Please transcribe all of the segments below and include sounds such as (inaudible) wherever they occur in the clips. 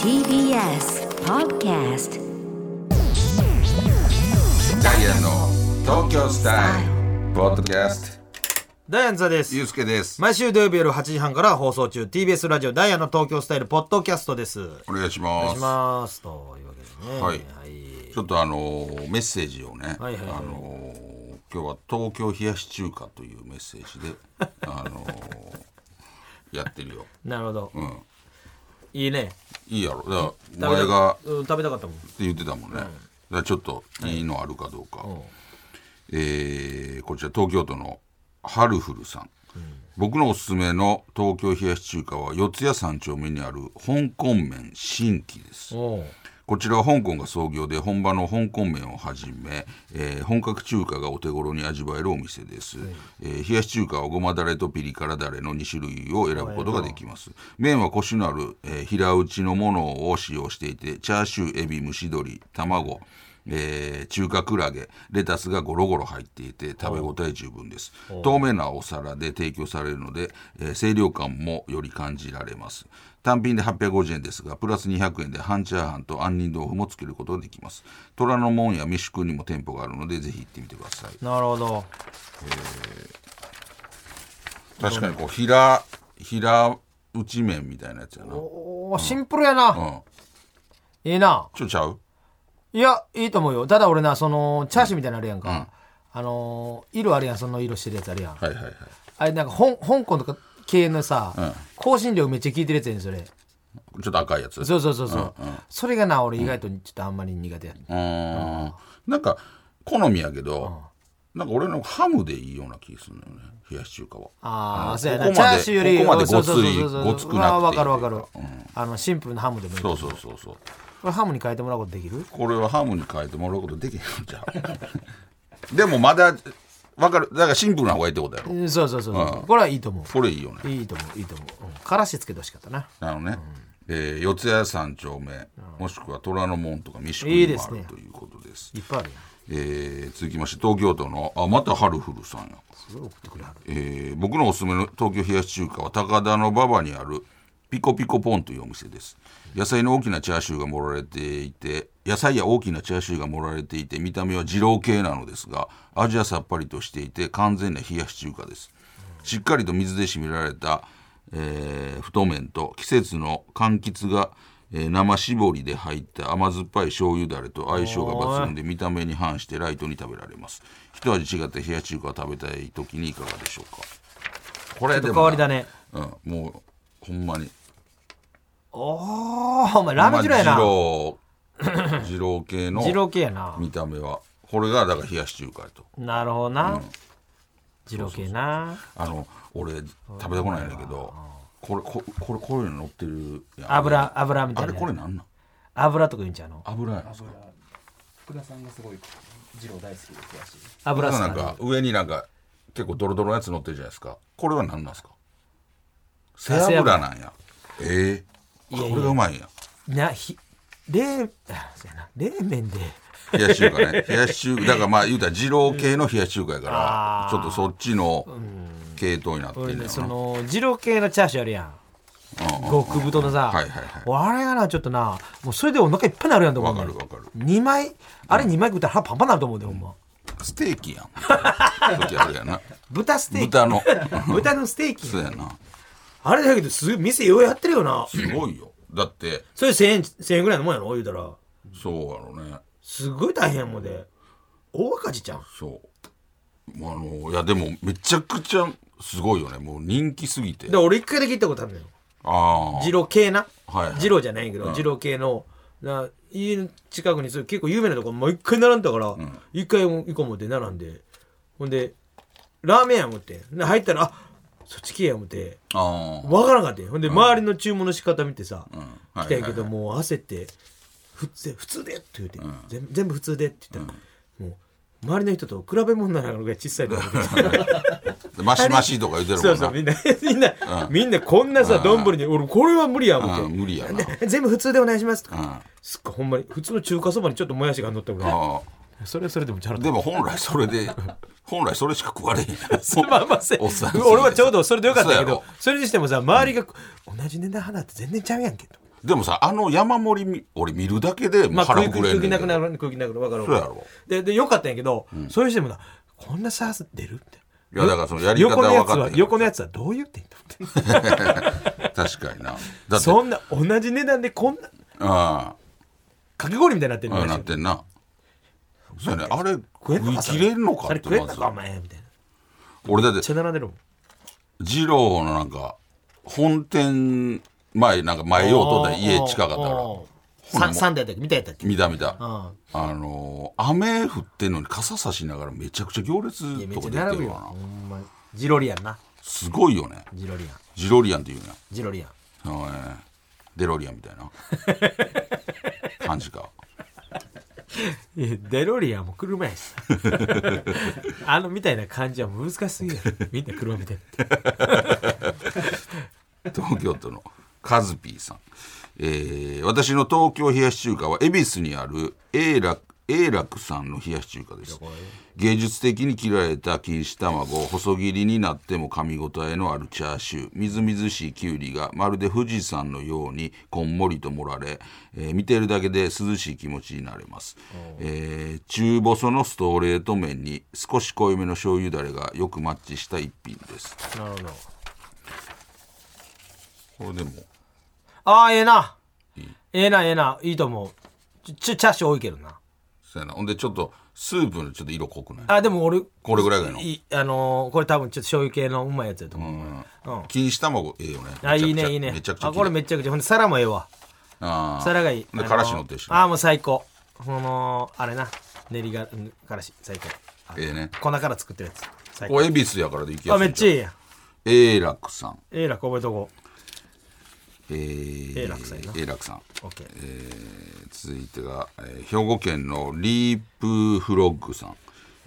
TBS Podcast ダイアンの東京スタイルポッドキャストダイアンザですゆ。うすけです毎週土曜日夜8時半から放送中、TBS ラジオダイアンの東京スタイルポッドキャストです。おお願いしま願いすします。というわけでね。はいちょっとあのーメッセージをね、はいはいはいあのー今日は東京冷やし中華というメッセージであ (laughs) のーやってるよなるほど。んいいね。いいやろだから食べた前がってうん食べたかったもん。言ってたもんね、だからちょっといいのあるかどうか、えーこちら東京都のハルフルさん、僕のおすすめの東京冷やし中華は四谷三丁目にある香港麺新規ですおうこちらは香港が創業で本場の香港麺をはじめ、えー本格中華がお手頃に味わえるお店です、えー冷やし中華はごまだれとピリ辛だれの2種類を選ぶことができます麺はコシのある、えー平打ちのものを使用していてチャーシューエビ蒸し鶏卵えー中華クラゲレタスがゴロゴロ入っていて食べ応え十分です透明なお皿で提供されるので、えー清涼感もより感じられます単品で850円ですがプラス200円で半チャーハンと杏仁豆腐もつけることができます虎ノ門や三宿にも店舗があるのでぜひ行ってみてくださいなるほど。確かにこう平平打ち麺みたいなやつやなうんおおシンプルやな。いいな。ちょちゃういや、いいと思うよ。ただ俺な、その、チャーシューみたいなのあるやんか。あのー、色あるやん、その色してるやつあるやん。はいはいはいあれなんか、ほん香港とか系のさ、香辛料めっちゃ効いてるやつやねん、それ。ちょっと赤いやつそうそうそうそう、それがな俺意外とちょっとあんまり苦手や、うーんなんか好みやけど、なんか俺のハムでいいような気するのよね冷やし中華はあうあんそうやこなこチまャでーシューよりここまでごついそうそうそうそうごつくなくてまあわかるわかうる、あのシンプルなハムでもいいそうそうそうそうこれハムに変えてもらうことできるこれはハムに変えてもらうことできへんのじゃう (laughs) でもまだわかるだからシンプルな方がいいってことやろうんそうそうそうそう、これはいいと思これいいよねういいと思ういいと思う、うん、からしつけてほしかったなあのね、えー四谷三丁目もしくは虎ノ門とか三宿いいにでもあするねということですいっぱいあるやんえー続きまして東京都のあまたハルフルさんやすごい送ってくれはるえー僕のおすすめの東京冷やし中華は高田の馬場にあるピコピコポンというお店です野菜の大きなチャーシューが盛られていて野菜や大きなチャーシューが盛られていて見た目は二郎系なのですが味はさっぱりとしていて完全な冷やし中華ですしっかりと水で締められた、えー太麺と季節の柑橘が、えー生絞りで入った甘酸っぱい醤油だれと相性が抜群で見た目に反してライトに食べられます一味違った冷やし中華を食べたい時にいかがでしょうかこれちょっとで変もわりだねな、うん、もうほんまにおーお前ラーメン二郎やなほんま二郎二郎系の二郎系やな見た目はこれがだから冷やし中華やとなるほどな、二郎系なあの俺食べたくないんだけどこれここれこういうの乗ってるやん油油みたいあなれこれなんなん油とか言うんちゃうの油やなそれ福田さんがすごい二郎大好きで詳しい油っすなかんねか上になんか結構ドロドロのやつ乗ってるじゃないですかこれは何なんですか背背脂脂なんやええいやいやこれがうまいんやなひ冷あそうやな冷麺で冷やし中華 (laughs) ね冷やし中華だからまあ言うたら二郎系の冷やし中華やからあーちょっとそっちの系統になってんね俺んねやそろなの二郎系のチャーシューあるやん極太のさ、はいはいはい俺あれがなちょっとなもうそれでお腹いっぱいになるやんと思うわかるわかる2枚あれ2枚食ったら腹パンパンになると思うでほんまステーキやん時あるやな豚 (laughs) ステーキ豚の (laughs) 豚のステーキそうやなあれだけどすごい店ようやってるよなすごいよだってそれ1000円1000円ぐらいのもんやろ言うたらそうやろねすごい大変やもんで大赤字ちゃんそうまああのいやでもめちゃくちゃすごいよねもう人気すぎてで俺一回だけ行ったことあるのよああ二郎系な、はいはい二郎じゃないけど、二郎系のな家の近くにする結構有名なとこもう一回並んだから一、回も行こう思って並んでほんでラーメンや思ってで入ったらあそっち系や思ってああわからんかってほんで周りの注文の仕方見てさ、うん来たんやはいけはいどはもう焦って普通普通でって言うて、全全部普通でって言ったら、もう周りの人と比べ物にならないのが小さいのが (laughs) 出てきてマシマシとか言ってるもんそなうそうみんなみんな、みんなこんなさ丼に俺これは無理や思って、うん無理やなで全部普通でお願いしますとか、うんすっごいほんまに普通の中華そばにちょっともやしが乗ったぐらいあ (laughs) それはそれでもチャラでも本来それで (laughs) 本来それしか食われへんやろす (laughs) まんませんおっさんすぎて俺はちょうどそれでよかったけそうやどろそれにしてもさ周りが、同じ値段払って全然ちゃうやんけと (laughs) でもさあの山盛りみ俺見るだけでもまうあ空腹気膨れ空んね気んけなど、くなる空気なくなるわかるわそうやろででよかったんやけど、そういう人もなこんな差出るっていやだからそのやり方は横のや分つかっはてる横のやつはどう言ってんのって確かになだってそんな同じ値段でこんなあかき氷みたいになってあるああなってんなそうやねあれ食い切れんのかあっれて食えんまのずかお前みたいな俺だっめってちゃ並んでるもん二郎のなんか本店前なんか前を通ったら家近かったからら3台だけ見たやったっけ見た見たああのー雨降ってんのに傘差しながらめちゃくちゃ行列いやめとっかち出ゃてる並ぶよよなほんまジロリアンなすごいよねジロリアンジロリアンっていうねジロリアンはいデロリアンみたいな (laughs) 感じかいやデロリアンも車やし (laughs) さあのみたいな感じは難しすぎるみんな車みたいな東京都のカズピーさん、えー私の東京冷やし中華は恵比寿にある永楽永楽さんの冷やし中華です芸術的に切られた錦糸卵細切りになっても噛み応えのあるチャーシューみずみずしいきゅうりがまるで富士山のようにこんもりと盛られ、えー見ているだけで涼しい気持ちになれます、えー中細のストレート麺に少し濃いめの醤油だれがよくマッチした一品ですなるほどこれでもああええなええなええないいと思うちょちょチャーシュー多いけどなそうやな。ほんで、ちょっと、スープのちょっと色濃くないあでも俺これぐらいがいいのいあのーこれ多分ちょっと醤油系のうまいやつやと思う、うん錦糸卵、ええよね。あめちゃくちゃいいねいいねめちゃくちゃあ綺麗。これめちゃくちゃほんで皿もええわあー皿がいいほんで、あのーからし乗ってるしね。ああもう最高このあれな練りがうんからし最高あええね。粉から作ってるやつ最こ高れ、恵比寿やからで行きやあすい。めっちゃいいやんええ楽さん。ええ楽覚えとこえー、永楽さんやなええ楽さん。う OK 続いてが、えー兵庫県のリープフロッグさん、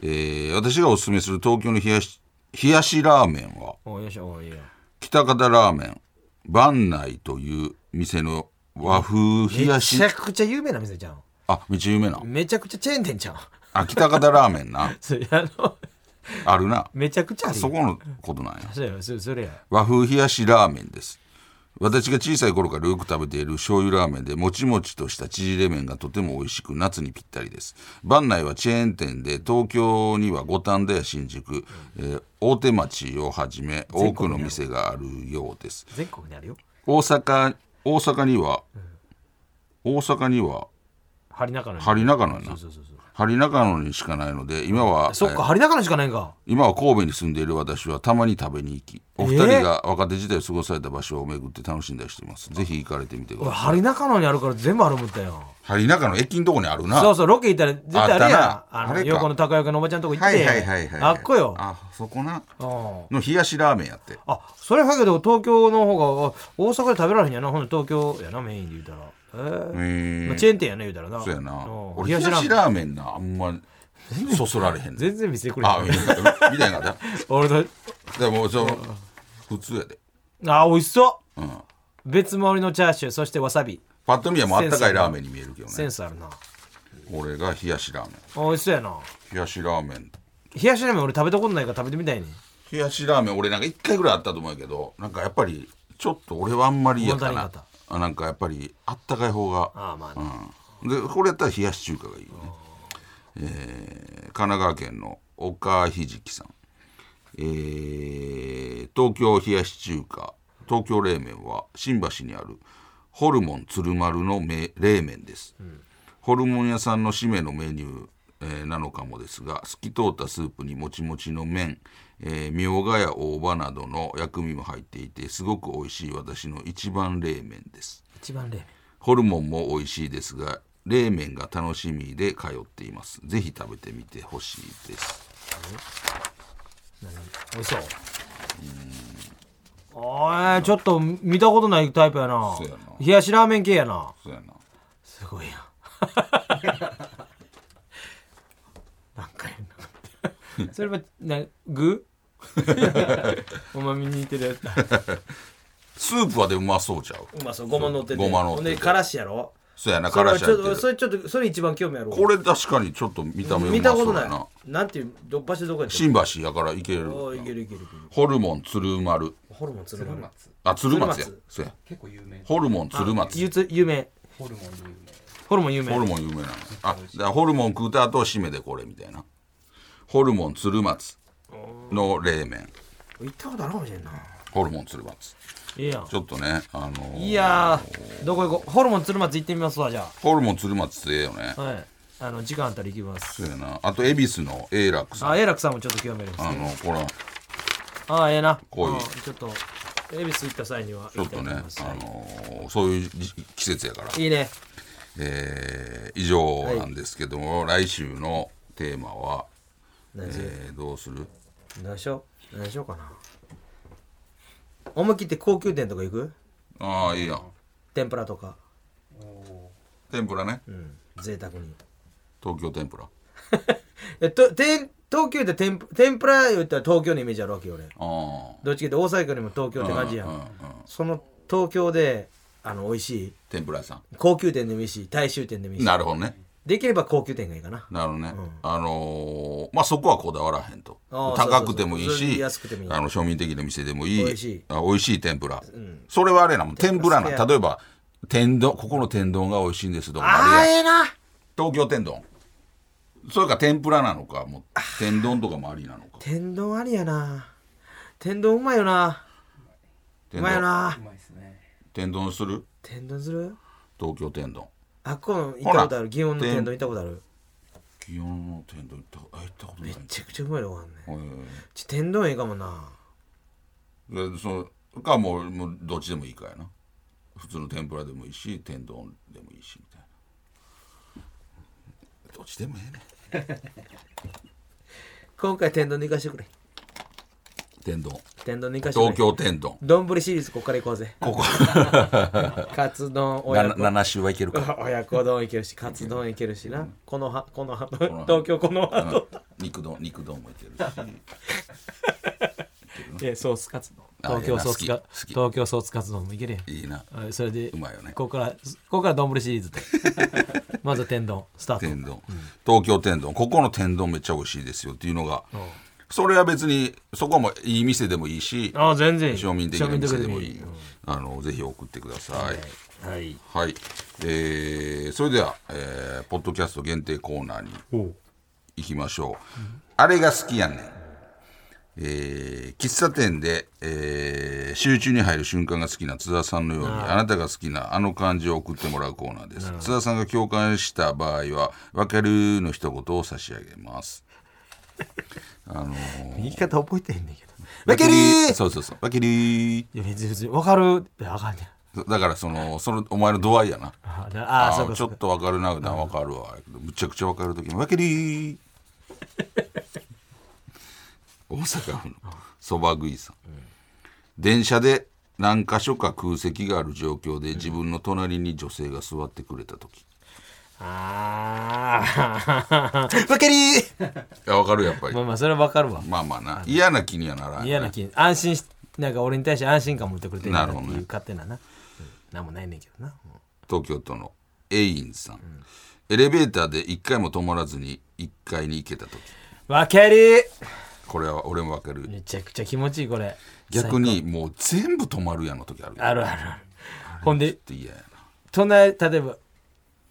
えー私がおすすめする東京の冷やし冷やしラーメンはおよいしょおいいよ北方ラーメン番内という店の和風冷やめしちゃくちゃ有名な店じゃんあめっちゃ有名なめちゃくちゃチェーン店じゃんあ北方ラーメンな (laughs) それあのあるな。めちゃくちゃあるよそこのことなんや。そうやそれそれや和風冷やしラーメンです。私が小さい頃からよく食べている醤油ラーメンでもちもちとした縮れ麺がとても美味しく夏にぴったりです。番内はチェーン店で東京には五反田や新宿、えー大手町をはじめ多くの店があるようです。全国にあるよ大阪大阪には、大阪には針中野に針中野やなそうそうそう針中野にしかないので今はそっか針中野しかないんか今は神戸に住んでいる私はたまに食べに行きお二人が若手時代を過ごされた場所を巡って楽しんだりしています、ぜひ行かれてみてくだ俺さい針中野にあるから全部あるもんだよ針中の駅のとこにあるなそうそうロケ行ったら絶対あるやんああったなあのれか横のたこ焼きのおばちゃんとこ行っはていはいはいはいあっこよあそこなうんの冷やしラーメンやってあそれはけど東京の方があ大阪で食べられへんやなほんで東京やなメインで言うたらええへまあえチェーン店やな言うたらなそうやなん俺冷やしラーメンなあんまそそられへんね全然見せてくれへんあみたいなみたいなだ俺のでもそう普通やであ美味しそう、ん別盛りのチャーシューそしてわさびパッと見はもうあったかいラーメンに見えるけどセねンスあるな俺が冷やしラーメン美味しそうやな冷やしラーメン冷やしラーメン俺食べたことないから食べてみたいね冷やしラーメン俺なんか1回ぐらいあったと思うけどなんかやっぱりちょっと俺はあんまりやった物な足りんかっあなんかやっぱりあったかい方がああまあね、うん、でこれやったら冷やし中華がいいよね、えー神奈川県の岡ひじきさん、えー東京冷やし中華東京冷麺は新橋にあるホルモン鶴丸のめ冷麺です、ホルモン屋さんの締めのメニューえーなのかもですが透き通ったスープにもちもちの麺えーみょうがや大葉などの薬味も入っていてすごく美味しい私の一番冷麺です一番冷麺ホルモンも美味しいですが冷麺が楽しみで通っていますぜひ食べてみてほしいです美味しそうおいちょっと見たことないタイプやなそうやな冷やしラーメン系やなそうやなす (laughs) ごいやんなんか変なそれはな (laughs) 具おまみに似てるやつスープはでうまそうちゃううまそうごま乗っててごま乗っててほんでからしやろそうやなそかれらはしち入ょっってとるそれちょっとそれ一番興味あるこれ確かにちょっと見た目うまそうやな見たことないなんていうど場所どこやった新橋やから行けるおーいけるいけるいけるホルモン鶴丸ホルモンつる鶴ま松あ鶴松や鶴松そうや結構有名ホルモン鶴松ゆつ有名ホルモンで有名ホルモン有名ホルモン有名なのあだからホルモン食うた後締めでこれみたいなホルモン鶴松の冷麺行ったことあるかもしれんなホルモン鶴松いいやんちょっとねあのーいやーどこ行こうホルモンつるまつ行ってみますわじゃホルモン鶴松強えよねあはいあの時間あったら行きますそうやなあと恵比寿の永楽さんあ、永楽さんもちょっと興味ありますあね。のほらああ、ええな。こういううんちょっと、恵比寿行った際にはちょ行っきたといと思ねいます。あはいのーそういう時季節やからいいね。えー以上なんですけども、来週のテーマは、何しよえーどうするう何しよう何しようかな。思い切って高級店とか行くああいいやん天ぷらとか。天ぷらね、うん。贅沢に。東京天ぷらえと天東京で天ぷ天ぷら言ったら東京のイメージあるわけよ俺ああどっちかって大阪よりも東京って感じやん、うんうんうんその東京であの美味しい天ぷら屋さ高級店でもいいし大衆店でもいいんしなるほどねできれば高級店がいいかななるほどね、あのーまあそこはこだわらへんとあー高くてもいいそうそうそうし安くてもいいあの庶民的な店でもいい美味しいあ美味しい天ぷら、それはあれなもん天ぷら天ぷなら例えば天丼ここの天丼が美味しいんですとかもあああるやんええな東京天丼それか天ぷらなのかもう天丼とかもありなのか天丼ありやな天丼うまいよなう天まいよ丼なうまいですね天丼する天丼する東京天丼あっこの行ったことある祇園の天天丼行ったことある祇園の天丼行ったあ行ったことなめいちゃくちゃうまいのご飯ねえちょ天丼ええかもなーでそのかもうもうどっちでもいいかやな普通の天ぷらでもいいし天丼でもいいしみたいなどっちでもええね今回天丼に行かしてくれ天丼天丼に行かしてくれ東京天丼丼シリーズここから行こうぜここ (laughs) カツ丼親7子週はいけるか (laughs) 親子丼いけるしカツ丼いけるしなこのはこのは葉東京このはと肉丼肉丼もいけるしいやソースカツ丼あ東京ソースいやカ好き好き東京ソースカツ丼もいけるやんいいなあそれでうまいよねここからここから丼シリーズで (laughs) まず天丼スタート天丼、東京天丼ここの天丼めっちゃ美味しいですよっていうのが、それは別にそこはもういい店でもいいしああ全然いい庶民的な店でもいい庶民的でもあのぜひ送ってくださいはいはい、えーそれでは、えーポッドキャスト限定コーナーに行きましょう、あれが好きやねんえー喫茶店で、えー集中に入る瞬間が好きな津田さんのようにあなたが好きなあの漢字を送ってもらうコーナーです津田さんが共感した場合は「分かる」の一言を差し上げますあのー言い方覚えてへんねんけどわけるーそうそうそう「分けるーいや別に別に分かるってあかんねん」だからそのそのお前の度合いやなあだあああそうかちょそうっかとわかるな、うわかるわ。むちゃくちゃわかるときに、わけりー大阪府のそば食いさん。電車で何箇所か空席がある状況で自分の隣に女性が座ってくれたとき。ああ分かりーいや、わかるやっぱりま。あまあそれは分かるわまあまあな。嫌な気にはならん。嫌な気安心しなんか俺に対して安心感持ってくれてるなっていなるほどうね勝手なな、うん、なんもないねんけどな、東京都のエインさん。エレベーターで1回も止まらずに1階に行けたとき。分かりこれは俺もわかる。めちゃくちゃ気持ちいいこれ逆にもう全部止まるやんのときあるよ。あるあるあるほんでって嫌やな。隣例えば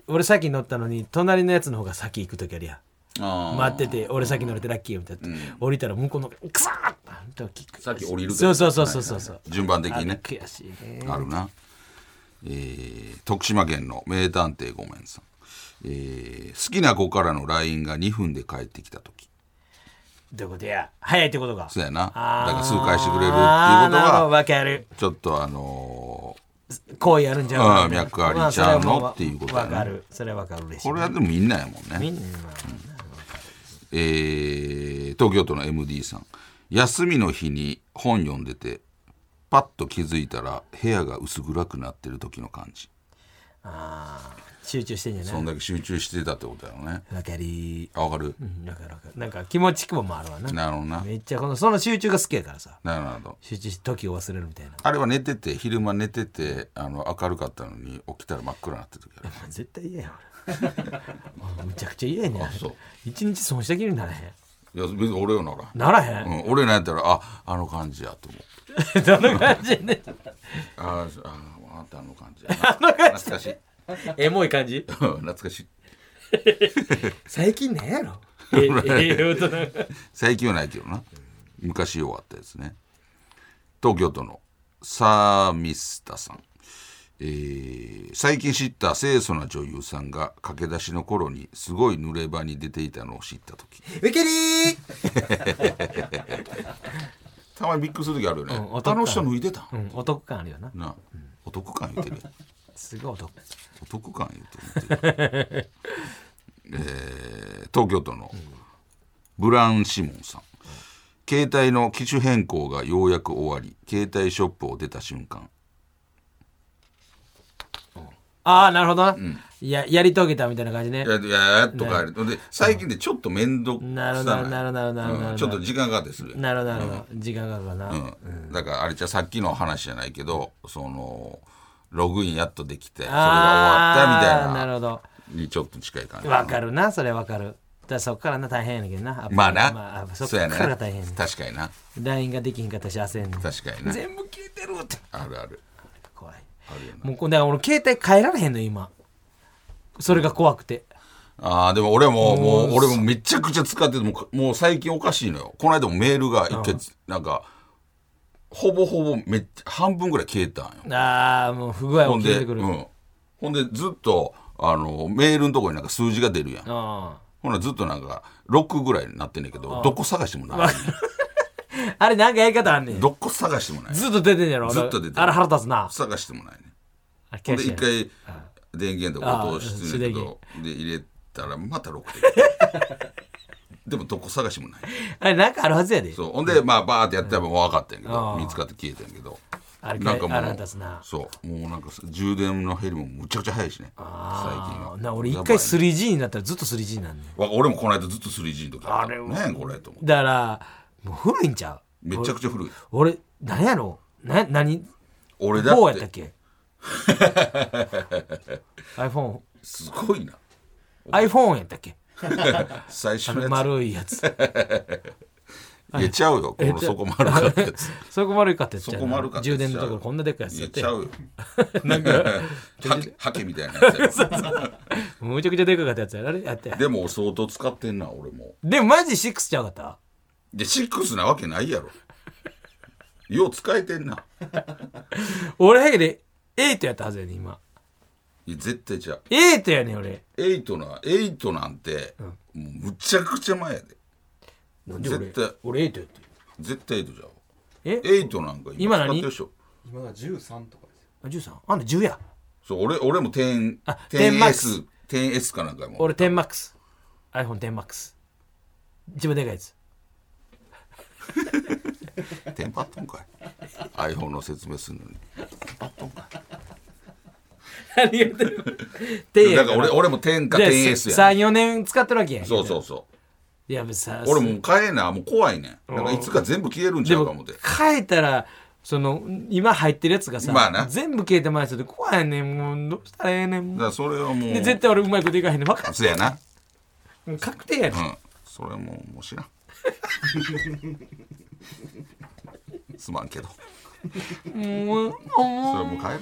俺先に乗ったのに隣のやつの方が先行く時あるやんあー待ってて俺先乗れてラッキーよみたいな、降りたら向こうのクサーッとキックさっき降りるそうそうそうそうそう、順番的あにね悔しいねあるな、えー徳島県の名探偵ごめんさん、えー好きな子からの LINE が2分で返ってきた時どういうことや早いってことがそうやなだかあーらすぐ返してくれるっていうことあーなるほどがわかるちょっとあの好意あるんじゃないうん脈ありちゃうのっていうことやわなかるそれはわかる嬉しーいこれはでもみんなやもんね、みんなまあえー東京都の MD さん休みの日に本読んでてパッと気づいたら部屋が薄暗くなってる時の感じあー集中してんじゃそんないだけ集中してたってことやろねわかりあわかる、うんわかるわかるなんか気持ちくもあるわななるほどなめっちゃこのその集中が好きやからさなるほど集中し時を忘れる (laughs) みたいなあれは寝てて昼間寝ててあの明るかったのに起きたら真っ暗になってる時ある絶対嫌や俺 (laughs) むちゃくちゃ嫌やねんあそう一日損した気にならへんいや別に俺よならならへん、うん、俺なんやったらああの感じやと思う (laughs) どの感じやねあんーあーあなたの感じや (laughs) な懐かしいエモい感じ懐かしい最近なんやろえええ大人最近はないけどな昔よかったですね東京都のサーミスタさん、えー最近知った清楚な女優さんが駆け出しの頃にすごい濡れ場に出ていたのを知った時ウケリーたまにびっくりする時あるよね、うん男あの人脱いでたん、うん、お得感あるよな。なあお得感言ってるやん (laughs) すごいお得。お得感言うてる (laughs) えー東京都のブランシモンさん携帯の機種変更がようやく終わり携帯ショップを出た瞬間ああ、なるほどな、や。やり遂げたみたいな感じねい。やいややっと帰るで最近でちょっと面倒くさなるほどなるほどなるほどなるほどうんちょっと時間がでするやんなるほど、なるほど。時間がかかるな。うんだからあれじゃさっきの話じゃないけどそのログインやっとできてそれが終わったあーみたいなるなほど。にちょっと近い感じわかるな、それわかる。だからそっからな、大変やねんけどな。まあな、まあ、そっそうかやねらが大変やねん。確かにな LINE ができひんかったし、焦んねん。確かにな全部消えてるって。あるある怖い。あるよなもうこ、だから俺、携帯変えられへんの、今。それが怖くて。ああ、でも俺も、もう、俺もめちゃくちゃ使ってて、もうか、もう最近おかしいのよ。この間もメールが一回、なんか、ほぼほぼめっちゃ、半分ぐらい消えたんよ。ああ、もう不具合ほをん消で、えてうくる。ん。ほんで、ずっと、あの、メールのとこになんか数字が出るやん。あほな、ずっとなんか、6ぐらいになってんねんけど、どこ探してもない。ーあれ、なんかやり方あんねん。どこ探してもない。ずっと出てんやろずっと出てるあれ腹立つな。探してもないね。あほんで、一消して回、電源とか落としてんねんけど、で、入れたら、また6ででも、どこ探してもない。あれ、なんかあるはずやで。そうほんでまあバーってやったらもう分かったんやけど、うん見つかって消えたんやけどあれ、なんかもあれう立つな。そうもうなんか充電の減りもむちゃくちゃ早いしね最近あはーな俺、やば一い回 3G になったらずっと 3G になんねん。わ俺もこの間ずっと 3G の時ああれはねこれと思ってだから、もう古いんちゃうめちゃくちゃ古い俺、何やろな、何俺だ ?4 やっったって (laughs) け ?iPhone、すごいな iPhone やったっけ最初のあのやつ丸いやつ。 (laughs) いやちゃうよこのそこ丸かったやつそこ丸いかってやつそちゃうこな丸かった充やつ電のところこんなでっかいやついややってちゃうよ (laughs) なんかハケハケみたいなやつやろむちゃくちゃでっかかったやつやあれやってでも俺相当使ってんな俺もでもマジ6ちゃうかったで6なわけないやろよう使えてんな俺だけで8やったはずやねん今いや絶対ちゃう8やねん俺エイトな、エイトなんて、もうむちゃくちゃ前やで。なんで俺絶対、俺8やって絶対エイトじゃん。えエイトなんか今今使何ってるでしょ。今が13とかですよあ ?13? あんた10やそう、俺、俺も10、あ 10S、10S かなんかやもん。俺 10MAX iPhone10MAX 一番でかいやつテンパっとんかい。iPhone の説明するのに。何言ってる10やだ (laughs) から俺、俺も10かじゃあ 10S やん。 34年使ってるわけやんそうそうそう。いや別にさ俺もう買えな、もう怖いねん。なんかいつか全部消えるんちでゃうかももって。変えたらその今入ってるやつがさ、まあな全部消えてまいそうで怖いねんもうどうしたらええねんだからそれはもう、で絶対俺うまいこといかへんねん分かそうやな。っ確定やねんうん。それはもう、もう知らん。 (laughs) すまんけど。もう、それもはもう帰ろう。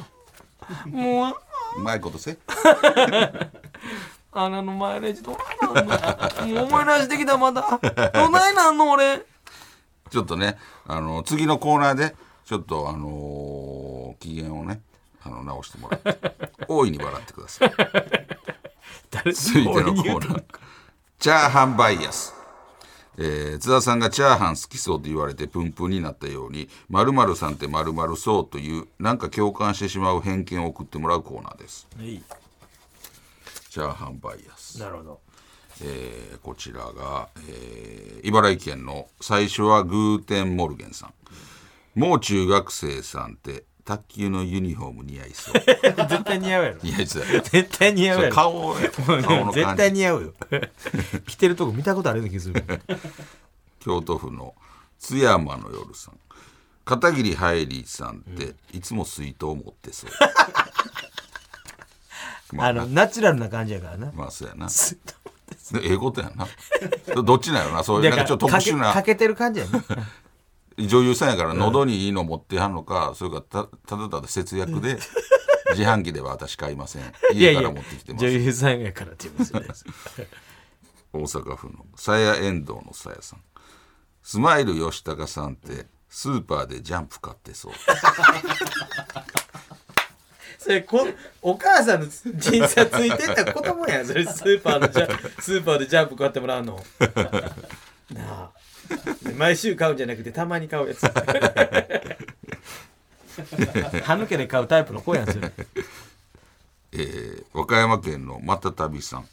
う、もう、うまいことせ。穴のマイレージどうなんのもう思い出してきた、また。どないなんの、俺。ちょっとね、あの、次のコーナーで、ちょっと、あのー機嫌をね、あの、直してもらって、大いに笑ってください。誰続いてのコーナー。チャーハンバイアス。えー津田さんがチャーハン好きそうと言われてプンプンになったように「〇〇さんって〇〇そう」というなんか共感してしまう偏見を送ってもらうコーナーですチャーハンバイアスなるほど。えーこちらが、えー茨城県の最初はグーテンモルゲンさんもう中学生さんって卓球のユニフォーム似合い (laughs) そう。絶対似合うやろ似合いそうや。絶対似合そうやれろ顔や顔の感じ (laughs) 絶対似合うよ (laughs) 着てるとこ見たことあるような気する京都府の津山の夜さん片桐はいりさんって、いつも水筒持ってそう (laughs) まああのナチュラルな感じやからなまあそうやなでええことやなどどっちなんやろなそういうだなんかちょっと特殊かけかなけてる感じやね女優さんやから喉にいいの持ってはんのか、それかたただただ節約で自販機では私買いません家から持ってきてます女優さんやからって言いますよね (laughs) 大阪府のさや遠藤のさやさんスマイル吉高さんってスーパーでジャンプ買ってそうそれこお母さんの人差ついてた子供やんそれスーパー (laughs) のジャスーパーでジャンプ買ってもらうの (laughs) なあ毎週買うんじゃなくてたまに買うやつ (laughs) 歯抜けで買うタイプの子やんそれえー和歌山県のまたたびさん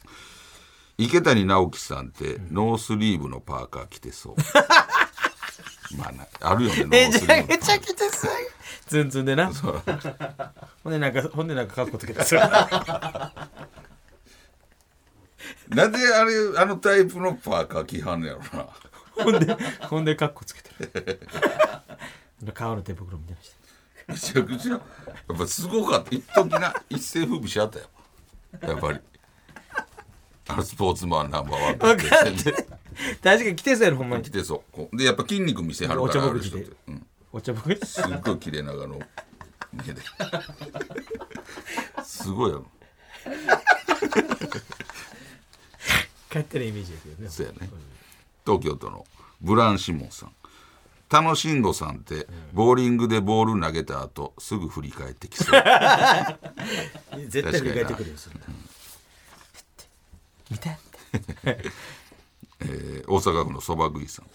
池谷直樹さんってノースリーブのパーカー着てそう (laughs) まあなあるよねノめースちリゃーブくちゃ着てさツンツンでなうほんでなんかほんでなんかカッコつけてさなぜあれあのタイプのパーカー着はんねやろなほんでほんでカッコつけて (laughs) る顔の手袋みたいなしてめちゃくちゃやっぱすごかった一時な一世風靡しちゃったよやっぱりあのスポーツマンナンバーワンって確かに着てそうやろほんまに着てそうこうでやっぱ筋肉見せはるからおちょあぼる口人でって、うん、お茶ぼけすっごい切れ長の目で。すごいやろ。勝手なイメージやけどねそうやね。東京都のブランシモンさん。楽しんどさんってボーリングでボール投げた後すぐ振り返ってきそう。絶対振り返ってくるよそんな見てえー大阪府のそば食いさん。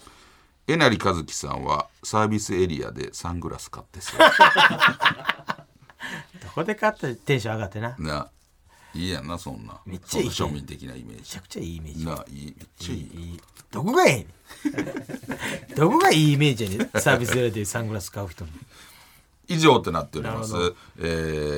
えなりかずきさんはサービスエリアでサングラス買ってそう。どこで買ったらテンション上がってなめな、いいやんなそんな。めっちゃいいそんな庶民的なイメーちジゃ。くちゃいいイメージな、いい、めっちゃいい。いい (laughs) どこがええねんどこがいいイメージやねんサービスエリアでサングラス買う人の以上となっておりますなる。え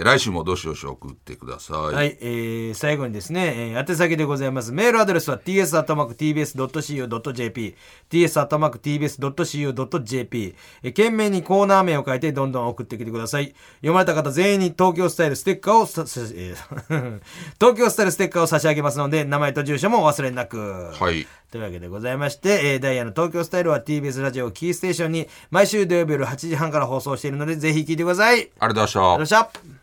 ー来週もどしどし送ってくださはい、えー最後にですね、えー宛先でございます。メールアドレスは ts.tbs.co.jp、ts.tbs.co.jp、えー、懸命にコーナー名を書いてどんどん送ってきてください。読まれた方全員に東京スタイルステッカーをさ、さえー (laughs) 東京スタイルステッカーを差し上げますので、名前と住所もお忘れなく。はいというわけでございまして、えーダイヤの東京スタイルは TBS ラジオをキーステーションに毎週土曜日夜8時半から放送しているので、ぜひ聞いてください。ありありがとうございがとうましたございました。